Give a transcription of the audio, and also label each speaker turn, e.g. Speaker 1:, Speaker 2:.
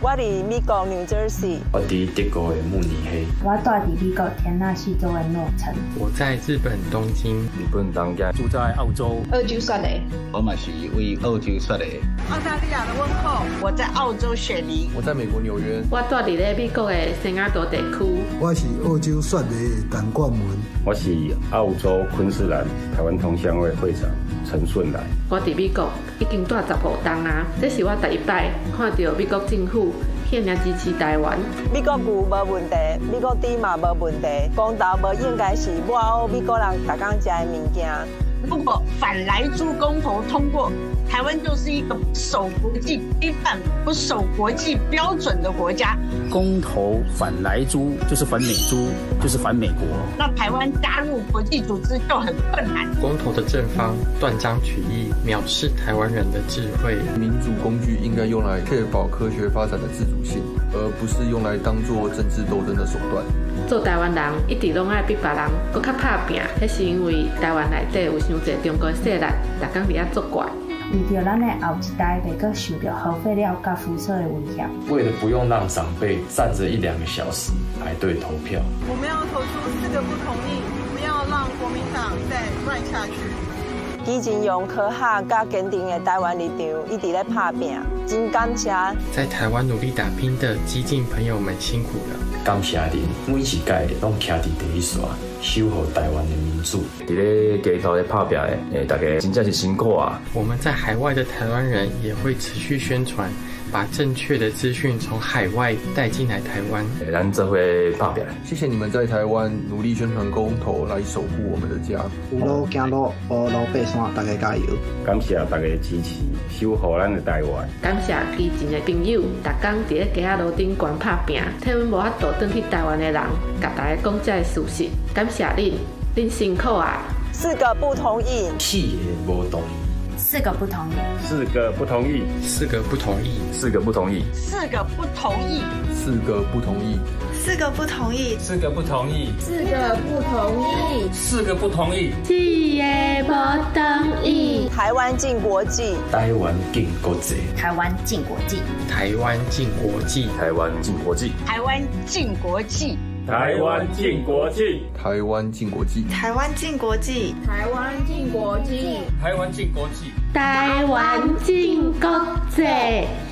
Speaker 1: 我伫美国 New Jersey，
Speaker 2: 我伫德国的慕尼黑，
Speaker 3: 我住伫美国田纳西州的诺城，
Speaker 4: 我在日本东京，
Speaker 5: 日本东京，
Speaker 6: 住在澳洲，
Speaker 7: 澳洲雪梨，
Speaker 8: 我嘛是为澳洲雪梨，
Speaker 9: 澳大利亚的温哥，
Speaker 10: 哦我在澳洲雪梨，
Speaker 11: 我在美国纽约，
Speaker 12: 我住伫咧美国的圣阿多地区，
Speaker 13: 我是澳洲雪梨的陈冠文，
Speaker 14: 我是澳洲昆士兰台湾同乡会会长陈顺来，
Speaker 12: 我伫美国已经住十五冬啊，这是我第一摆看到美国政府。骗人支持台湾，
Speaker 1: 美国牛无问题，美国猪嘛无问题，公道无应该是我美国人逐工食的物件。
Speaker 10: 如果反来猪公投通过，台湾就是一个不守国际规范、不守国际标准的国家。
Speaker 6: 公投反来猪就是反美猪，就是反美国。
Speaker 10: 那台湾加入国际组织就很困难。
Speaker 4: 公投的正方断章取义，藐视台湾人的智慧。
Speaker 5: 民主工具应该用来确保科学发展的自主。性，而不是用来当做政治斗争的手段。
Speaker 12: 做台湾人一直拢爱比别人搁较拍拼，迄是因为台湾内底有伤侪中国势力，逐工伫遐作怪。
Speaker 3: 为着咱的后一代袂搁受到核废料甲辐射的威胁，
Speaker 2: 为了不用让长辈站着一两个小时排队投票，
Speaker 9: 我们要投出四个不同意，不要让国民党再乱下去。
Speaker 1: 已经用科学甲坚定的台湾立场，一直咧拍拼，真感谢
Speaker 4: 在台湾努力打拼的激进朋友们辛苦了。
Speaker 2: 感谢你，每一届拢徛伫第一线，守护台湾的民主。
Speaker 5: 伫咧街头咧拍拼的，诶，大家真正是辛苦啊！
Speaker 4: 我们在海外的台湾人也会持续宣传，把正确的资讯从海外带进来台湾。
Speaker 5: 咱这回拍拼，谢谢你们在台湾努力宣传公投，来守护我们的家。
Speaker 15: 有路行路，无路爬山。大家加油！
Speaker 14: 感谢大家的支持，守护咱的台湾。
Speaker 12: 感谢基层的朋友，逐天伫咧街仔路顶悬拍拼，替阮无法度转去台湾的人，甲大家讲这事实。感谢恁，恁辛苦啊！
Speaker 1: 四个不同意，
Speaker 2: 四个无同意。
Speaker 3: 四个不同意，
Speaker 14: 四个不同意，
Speaker 4: 四个不同意，
Speaker 5: 四个不同意，
Speaker 10: 四个不同意，
Speaker 5: 四个不同意，
Speaker 9: 四个不同意，
Speaker 16: 四个不同意，
Speaker 17: 四
Speaker 16: 四个
Speaker 17: 个不同意，
Speaker 16: 不同意，
Speaker 12: 四个不同意。
Speaker 1: 台湾进国际，
Speaker 2: 台湾进国际，
Speaker 3: 台湾进国际，
Speaker 4: 台湾进国际，
Speaker 5: 台湾进国际，
Speaker 10: 台湾进国际。
Speaker 16: 台湾进国际，
Speaker 5: 台湾进国际，
Speaker 9: 台湾进国际，
Speaker 17: 台湾进国际，
Speaker 16: 台湾进国际，
Speaker 12: 台湾进国际。